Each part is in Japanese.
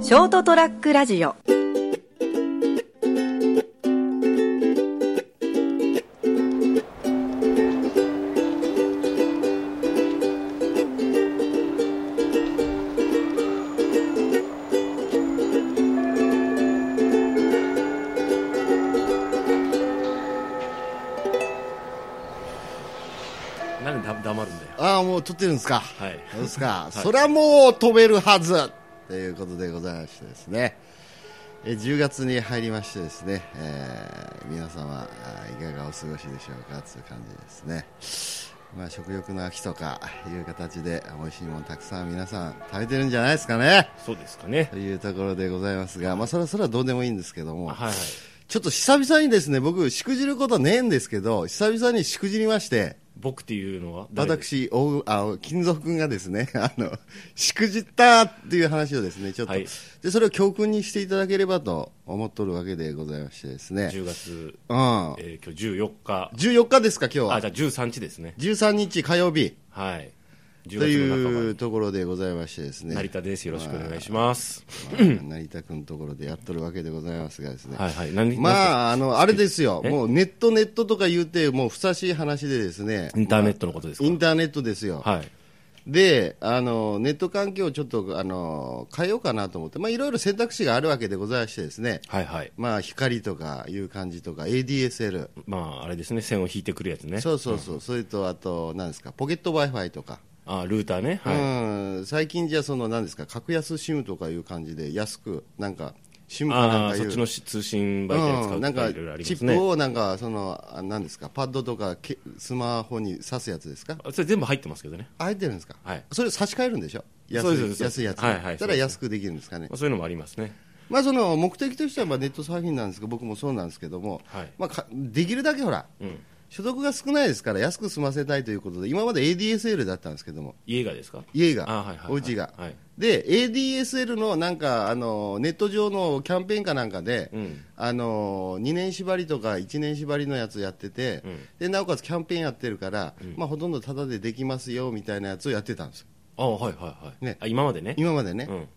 ショートトラックラジオなんでだ黙るんだよああ、もう撮ってるんですか。はいそうですか。そりゃもう飛べるはずということでございましてですね。え10月に入りましてですね、えー皆様、あーいかがお過ごしでしょうかという感じですね。まあ、食欲の秋とかいう形で美味しいものたくさん皆さん食べてるんじゃないですかね。そうですかねというところでございますが、まあ、それはそれはどうでもいいんですけども、はいはいちょっと久々にですね、僕、しくじることはねえんですけど、久々にしくじりまして、僕っていうのは誰です私、大あ金蔵君がですね、 あの、しくじったっていう話をですね、ちょっと、はいで、それを教訓にしていただければと思っとるわけでございましてですね。 10月、うん。14えー今日14日日ですか、今日あはじ。ゃあ13日ですね13日火曜日はいと10月の半ばいうにところでございましてですね。成田ですよろしくお願いしますまあ 成田君のところでやっとるわけでございますがですね。はいはい何あまあ、あの、あれですよ。えもうネットネットとか言うて、もうふさしい話でですね。インターネットのことですかインターネットですよ。はいであのネット環境をちょっとあの変えようかなと思って、まあ、いろいろ選択肢があるわけでございましてですね、はいはいまあ、光とかいう感じとか ADSL、まああれですね線を引いてくるやつねそうそうそう、それとあと何ですかポケット w i f i とか、あルーターねはい、うん、最近じゃその何ですか格安 SIM とかいう感じで安くなんか SIM かなあんかあいそうっちのし通信媒体使ううんとなんかかいろいろありチますップねをなんかそのあ何ですかパッドとかけスマホに挿すやつですかあそれ全部入ってますけどね、入ってるんですか、はいそれ差し替えるんでしょ安そうですいそうです安いやつ、はいはいたそうでらす安くできるんですかねまあ、そういうのもありますねまあ、その目的としてはまあネットサーフィンなんですけど僕もそうなんですけども、はいまあ、かできるだけほら、所得が少ないですから安く済ませたいということで今まで ADSL だったんですけども家がですか家あが、はいはいはいお家が、はいで ADSL のなんかあのネット上のキャンペーンかなんかで、うんあの2年縛りとか1年縛りのやつやってて、でなおかつキャンペーンやってるから、まあ、ほとんどタダでできますよみたいなやつをやってたんですよあはいはいはい、ねあ今までね今までね、うん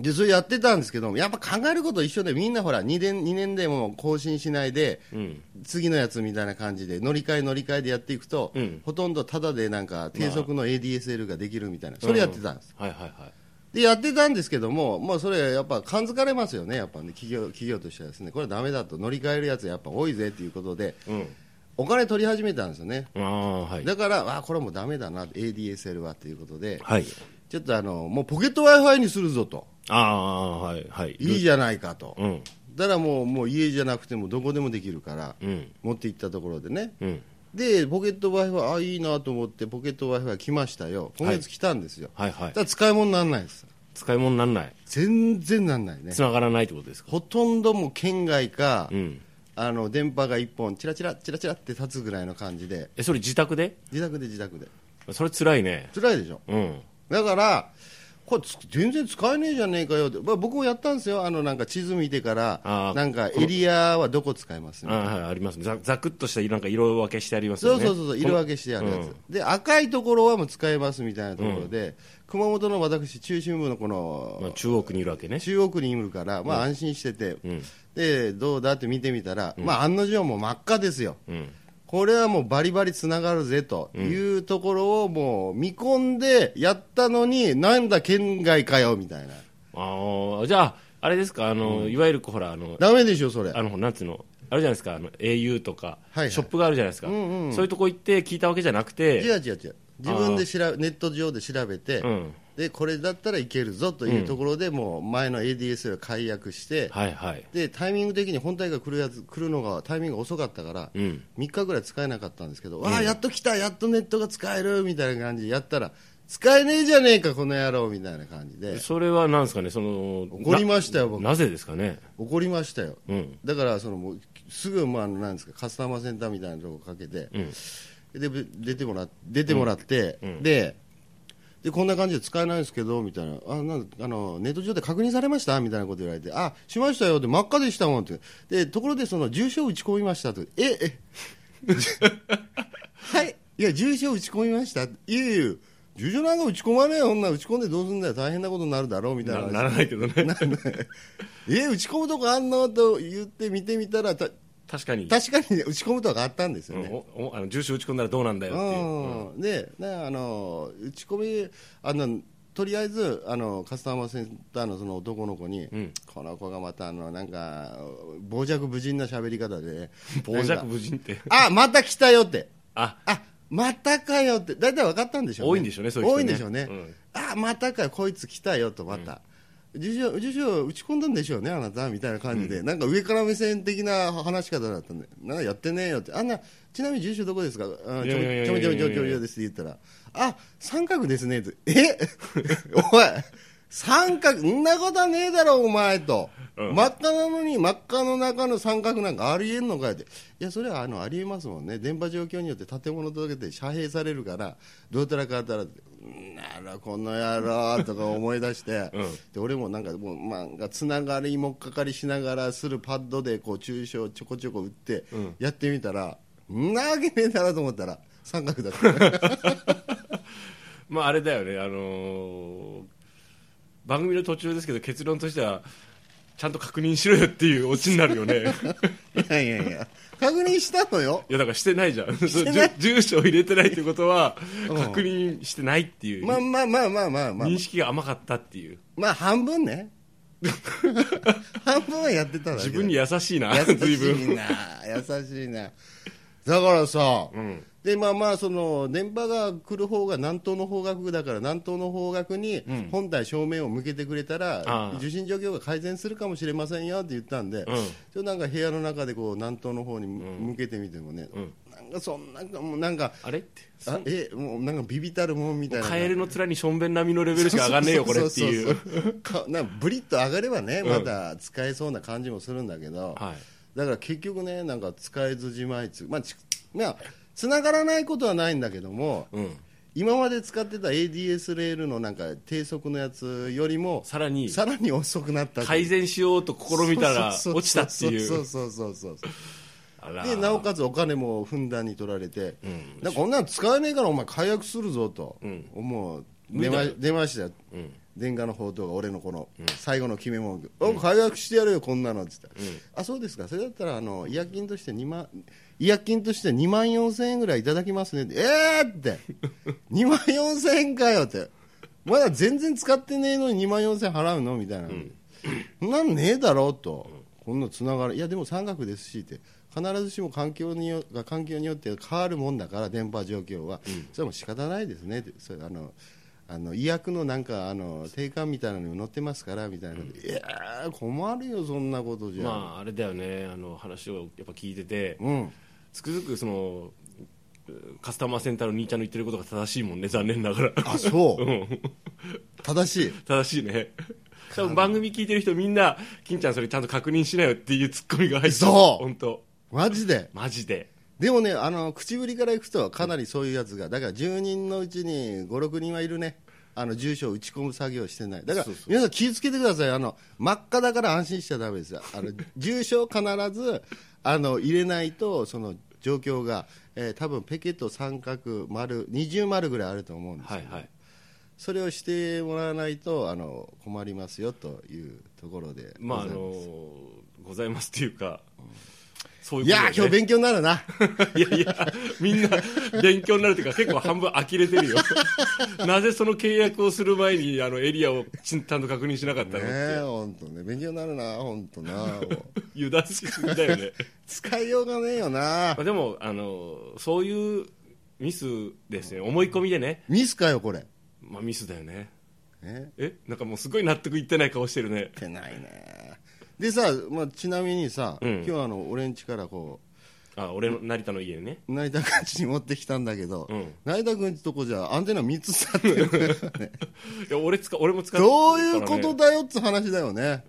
でそれやってたんですけどやっぱ考えること一緒でみんなほら2年 ,2 年でも更新しないで、うん次のやつみたいな感じで乗り換え乗り換えでやっていくと、うんほとんどタダでなんか低速の ADSL ができるみたいな、それやってたんです、はいはいはいでやってたんですけども、まあ、それやっぱ感づかれますよねやっぱね企業企業としてはですねこれはダメだと乗り換えるやつやっぱ多いぜということでうんお金取り始めたんですよねああはいだからあこれはもうダメだな ADSL はということではいちょっとあのもうポケット w i f i にするぞとああはいはいいいじゃないかと。うんだからもうもう家じゃなくてもどこでもできるから、うん持って行ったところでね、うんでポケット w i f i あいいなと思ってポケット w i f i 来ましたよ今月来たんですよ、はいはいただ使い物にならないです使い物にならない全然なんないね繋がらないってことですかほとんどもう県外か、うんあの電波が一本チラチラチラチラって立つぐらいの感じでえそれ自宅で自宅で自宅でそれ辛いね辛いでしょうんだからこれつ全然使えねえじゃねえかよってまあ僕もやったんですよあのなんか地図見てからあーなんかエリアはどこ使えますみたいなあはいありますねざざくっとしたなんか色分けしてありますそようねそうそうそう色分けしてあるやつ、で赤いところはもう使えますみたいなところで、熊本の私中心部のこの、まあ、中央区にいるわけね中央区にいるから、まあ、安心してて、でどうだって見てみたら、まあ、案の定もう真っ赤ですよ、うんこれはもうバリバリつながるぜというところをもう見込んでやったのになんだ県外かよみたいなああじゃああれですかあの、いわゆるこうほらあのダメでしょそれあのなんつうのあるじゃないですかあの au とか、はいはいショップがあるじゃないですか、そういうとこ行って聞いたわけじゃなくて違う違う違う自分で調べネット上で調べて、うんでこれだったらいけるぞというところで、もう前の ADSL を解約して、はいはいでタイミング的に本体が来るやつ来るのがタイミングが遅かったから、うん3日ぐらい使えなかったんですけど、わあやっと来たやっとネットが使えるみたいな感じでやったら使えねえじゃねえかこの野郎みたいな感じでそれはなんですかねその怒りましたよな僕なぜですかね怒りましたよ、うんだからそのもうすぐまああのなんですかカスタマーセンターみたいなとこかけて、でぶ出てもら出てもらって、ででこんな感じで使えないんですけどみたいなあなんあのネット上で確認されましたみたいなこと言われてあしましたよって真っ赤でしたもんってでところでその住所を打ち込みましたとえ えはいいや住所を打ち込みましたいえいえ住所なんか打ち込まねえよ女打ち込んでどうすんだよ大変なことになるだろうみたいななならないけどねえ打ち込むとこあんのと言って見てみたらた 確かに確かにね打ち込むとこあったんですようね、んおおあの住所打ち込んだらどうなんだよっていう、うんうん、で、ね、あの打ち込みあのとりあえずあのカスタマーセンターのその男の子に、んこの子がまたあのなんか傍若無人な喋り方でね、傍若なんか無人ってあまた来たよってああまたかよって大体分かったんでしょう、多いんでしょうねそういう人ね多いんでしょうね、うんあまたかよこいつ来たよとまた、住所住所打ち込んだんでしょうねあなたみたいな感じで、なんか上から目線的な話し方だったんでなんかやってねえよってあんなちなみに住所どこですかあいちょやいみやいやいやちょみちょみちょみちょみちょみですって言ったらあ三角ですねってえ おい三角んなことはねえだろお前と、うん真っ赤なのに真っ赤の中の三角なんかありえんのかよっていやそれはあのありえますもんね電波状況によって建物とだけで遮蔽されるからどうたらかあたらんならこの野郎とか思い 出して、で俺もなんかもう、まあ、なんかつながりもっかかりしながらするパッドでこう注射をちょこちょこ打ってやってみたら、んなわけねえだなと思ったら三角だった。まああれだよね、あのー番組の途中ですけど結論としてはちゃんと確認しろよっていうオチになるよねいやいやいや確認したのよいやだからしてないじゃ んしてない住住所を入れてないってことは うん確認してないっていう、まあまあまあまあまあまあ認識が甘かったっていうまあ半分ね半分はやってただけだ自分に優しいな随優しい分な優しいなだからさ、んでまあまあその電波が来る方が南東の方角だから南東の方角に本体正面を向けてくれたら、ああ受信状況が改善するかもしれませんよって言ったんで、うんちょっとなんか部屋の中でこう南東の方に向向けてみてもね、んなんかそんなんかもうなんかあれってあえもうなんかビビたるもんみたいなカエルの面にしょんべん並みのレベルしか上がんねえよこれってい そうそそそうかなんかブリッと上がればねまた使えそうな感じもするんだけど、はいだから結局ねなんか使えずじまいつまあちまあ繋がらないことはないんだけども、うん今まで使ってた ADS レールのなんか低速のやつよりもさらにさらに遅くなったってい改う善しようと試みたらそうそうそうそう落ちたっていそううそうそうそうそうあらでなおかつお金もふんだんに取られて、なんかこんなの使えねえからお前解約するぞと思う、出ま出ましたよ、電話の宝刀が俺のこの最後の決め文句、お解約してやるよこんなのって言ったら、あそうですかそれだったらあの違約金として2万違約金として2万4000円ぐらいいただきますねってえーって 2万4000円かよってまだ全然使ってねえのに2万4000円払うのみたいな、そんなんねえだろと、こんなつながるいやでも三角ですしって必ずしも環境によが環境によって変わるもんだから電波状況は、それはもう仕方ないですねってそれあのあの医薬のなんかあの定款みたいなのにも載ってますからみたいな、いやー困るよそんなことじゃ、まああれだよねあの話をやっぱ聞いてて、うんつくづくそのうカスタマーセンターの兄ちゃんの言ってることが正しいもんね残念ながらあそううん正しい正しい ね多分番組聞いてる人みんな金ちゃんそれちゃんと確認しなよっていうツッコミが入ってるそう本当マジでマジででもねあの口ぶりからいくとかなりそういうやつがだから10人のうちに56人はいるねあの住所を打ち込む作業をしてないだからそうそう皆さん気をつけてくださいあの真っ赤だから安心しちゃだめですよあの住所を必ずあの入れないとその状況が、えー多分ペケと三角丸二重丸ぐらいあると思うんですよ、はいはいそれをしてもらわないとあの困りますよというところでまああございのすございますっていうかそういういことだや今日よね勉強にな るないやいやみんな勉強になるというか結構半分呆れて るよなぜその契約をする前にあのエリアをちゃんと確認しなかったのって、ね本当ね勉強になるな本当なもう油断しすぎだよね 使いようがねえよなまあ、でもあのそういうミスですね思い込みでね、ミスかよこれまあ、ミスだよねええなんかもうすごい納得いってない顔してるねってないねでさ、まあ、ちなみにさ、うん今日あの俺ん家からこあ俺の成田の家にねう成田くん家に持ってきたんだけど、うん成田くん家とこじゃアンテナ3つ立ってるから ねいや俺使俺も使ってるどうからいね、うことだよって話だよね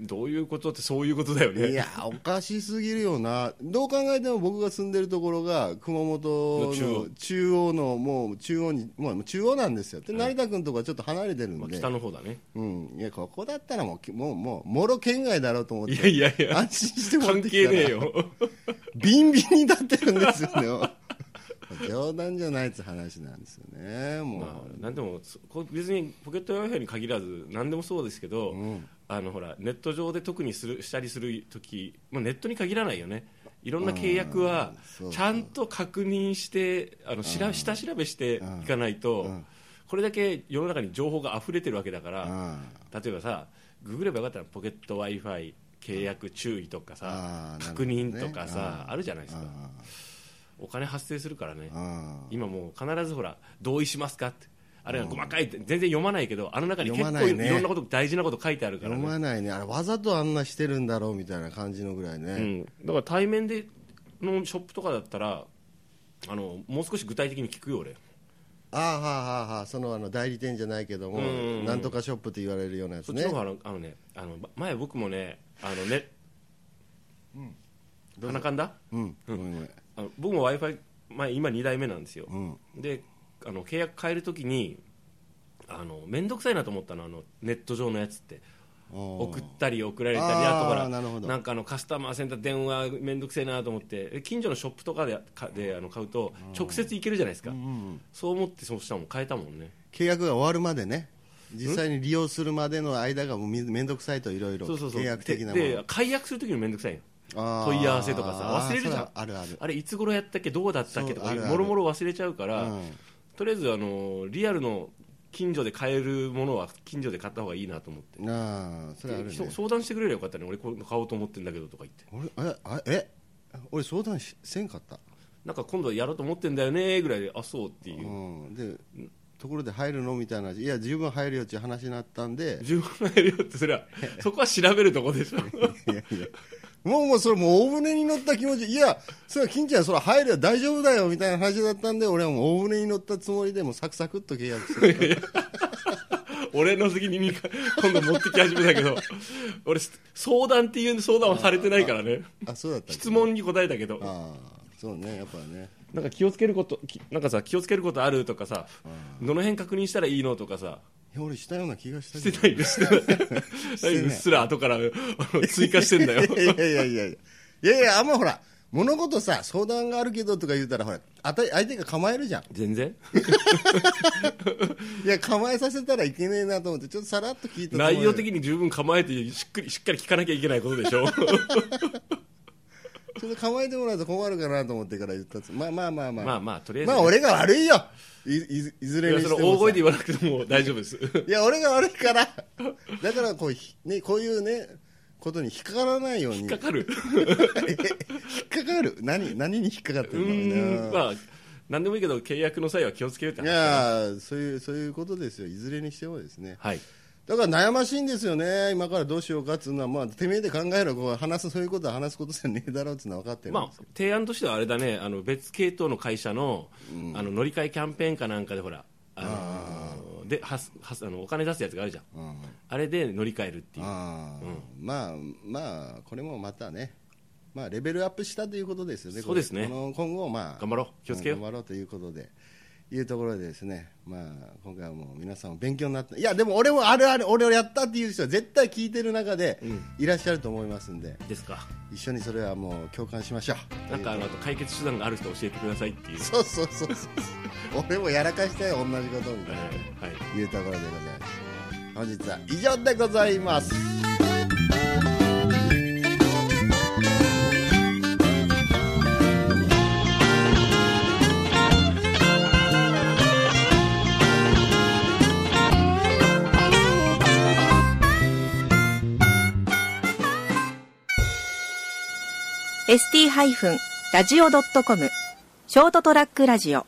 どういうことってそういうことだよねいやおかしすぎるよなどう考えても僕が住んでるところが熊の本中央の中央のもう中央にもう中央なんですよで成田君とかちょっと離れてるんまあ、で、北の方だねうん、いやここだったらもうきもうもうもろ県外だろうと思っていやいやいや安心して持っ関てきた係らねえよビンビンに立ってるんですよね 冗談じゃないって話なんですよねもう、まあ、なんでもそこ別にポケット w i f i に限らず何でもそうですけど、あのほらネット上で特にするしたりする時、まあ、ネットに限らないよねいろんな契約はそうそうちゃんと確認してあのしら下調べしていかないと、これだけ世の中に情報が溢れてるわけだから、あ例えばさググればよかったらポケット w i f i 契約注意とかさ、あーなるほ確どね認とかさあるじゃないですかお金発生するからねあ今もう必ずほら同意しますかってあれは細かい全然読まないけどあの中に結構読まないいねろんなこと大事なこと書いてあるから読ね、まないねあれわざとあんなしてるんだろうみたいな感じのぐらいね、うん、だから対面でのショップとかだったらあのもう少し具体的に聞くよ俺ああはあはあはあそのあの代理店じゃないけども、なんとかショップって言われるようなやつそっちねの方があのあのねあのば前僕もねあのね、うん、鼻かんだうん、ごめんごめんあの僕も w i f i 前今2代目なんですよ、んであの契約変えるときにあの面倒くさいなと思ったのあのネット上のやつっておー送ったり送られたりあーあとほらなるほどんかあのカスタマーセンター電話面倒くせえなと思ってえ近所のショップとかでかであの買うと直接行けるじゃないですか、そう思ってそうしたもん変えたもんね契約が終わるまでね実際に利用するまでの間がもうめめんどくさいといろいろそうそうそう契約的なもででの解約するときに面倒くさいよあー問い合わせとかさあー忘れるじゃんそうだあるあるれいつ頃やったっけどうだったっけとそかうあるあるもろもろ忘れちゃうから、うんとりあえずあのリアルの近所で買えるものは近所で買った方がいいなと思って、ああそれあるねそう相談してくれればよかったね俺こう買おうと思ってんだけどとか言って俺えあえ俺相談しせんかった、、なんか今度やろうと思ってんだよねぐらいであそうっていううんでところで入るのみたいないや十分入るよっていう話になったんで自分がやるよってそれはそこは調べるとこでしょ いやいやもうもうそれもう大船に乗った気持ちいやそれは金ちゃんそれ入るよ大丈夫だよみたいな話だったんで俺はもう大船に乗ったつもりでもうサクサクっと契約 する俺の責任にか今度持ってき始めたけど俺相談っていう相談はされてないからねあそうだったっけ質問に答えたけどああそうねやっぱねなんか気をつけることきなんかさ気をつけることあるとかさどの辺確認したらいいのとかさいや俺したような気がしたしてけどないよ してないないうっすら後からあの追加してんだよ いやいやいやいやいやいやいやあんまほら物事さ相談があるけどとか言うたらほらあた相手が構えるじゃん全然いや構えさせたらいけねえなと思ってちょっとさらっと聞いたつもり内容的に十分構えてしっくりしっかり聞かなきゃいけないことでしょちょっと構えてもらうと困るかなと思ってから言ったつまあまあ まあまあまあまあとりあえずまあ俺が悪いよいいいずいれにやしてそのもさ大声で言わなくても大丈夫ですいや俺が悪いからだからこう,、ね、こういうねことに引っかからないように引 っかかるえ 引っかかる何何に引っかかってうるのーんなまあ何でもいいけど契約の際は気をつけようってい話やーそういうそういうことですよいずれにしてもですねはいだから悩ましいんですよね今からどうしようかっていうのは、まあ、てめえで考えろこう話すそういうことは話すことじゃねえだろうっていうのは分かってるんまですあ、提案としてはあれだねあの別系統の会社の,、あの乗り換えキャンペーンかなんかでほらあのではすはすあのお金出すやつがあるじゃん、あれで乗り換えるっていうあーまあまあこれもまたねまあレベルアップしたということですよねこれそうですねこの今後まあ頑張ろう気をつけよう頑張ろうということでいうところでですねまあ今回はもう皆さんも勉強になったいやでも俺もあるある俺をやったっていう人は絶対聞いてる中でいらっしゃると思いますんで、ですか一緒にそれはもう共感しましょうなんかあのあと解決手段がある人教えてくださいっていう、そうそうそうそう俺もやらかしたよ同じことみたいな、はい、いうところでございます本日は以上でございますー ST-radio.com ショートトラックラジオ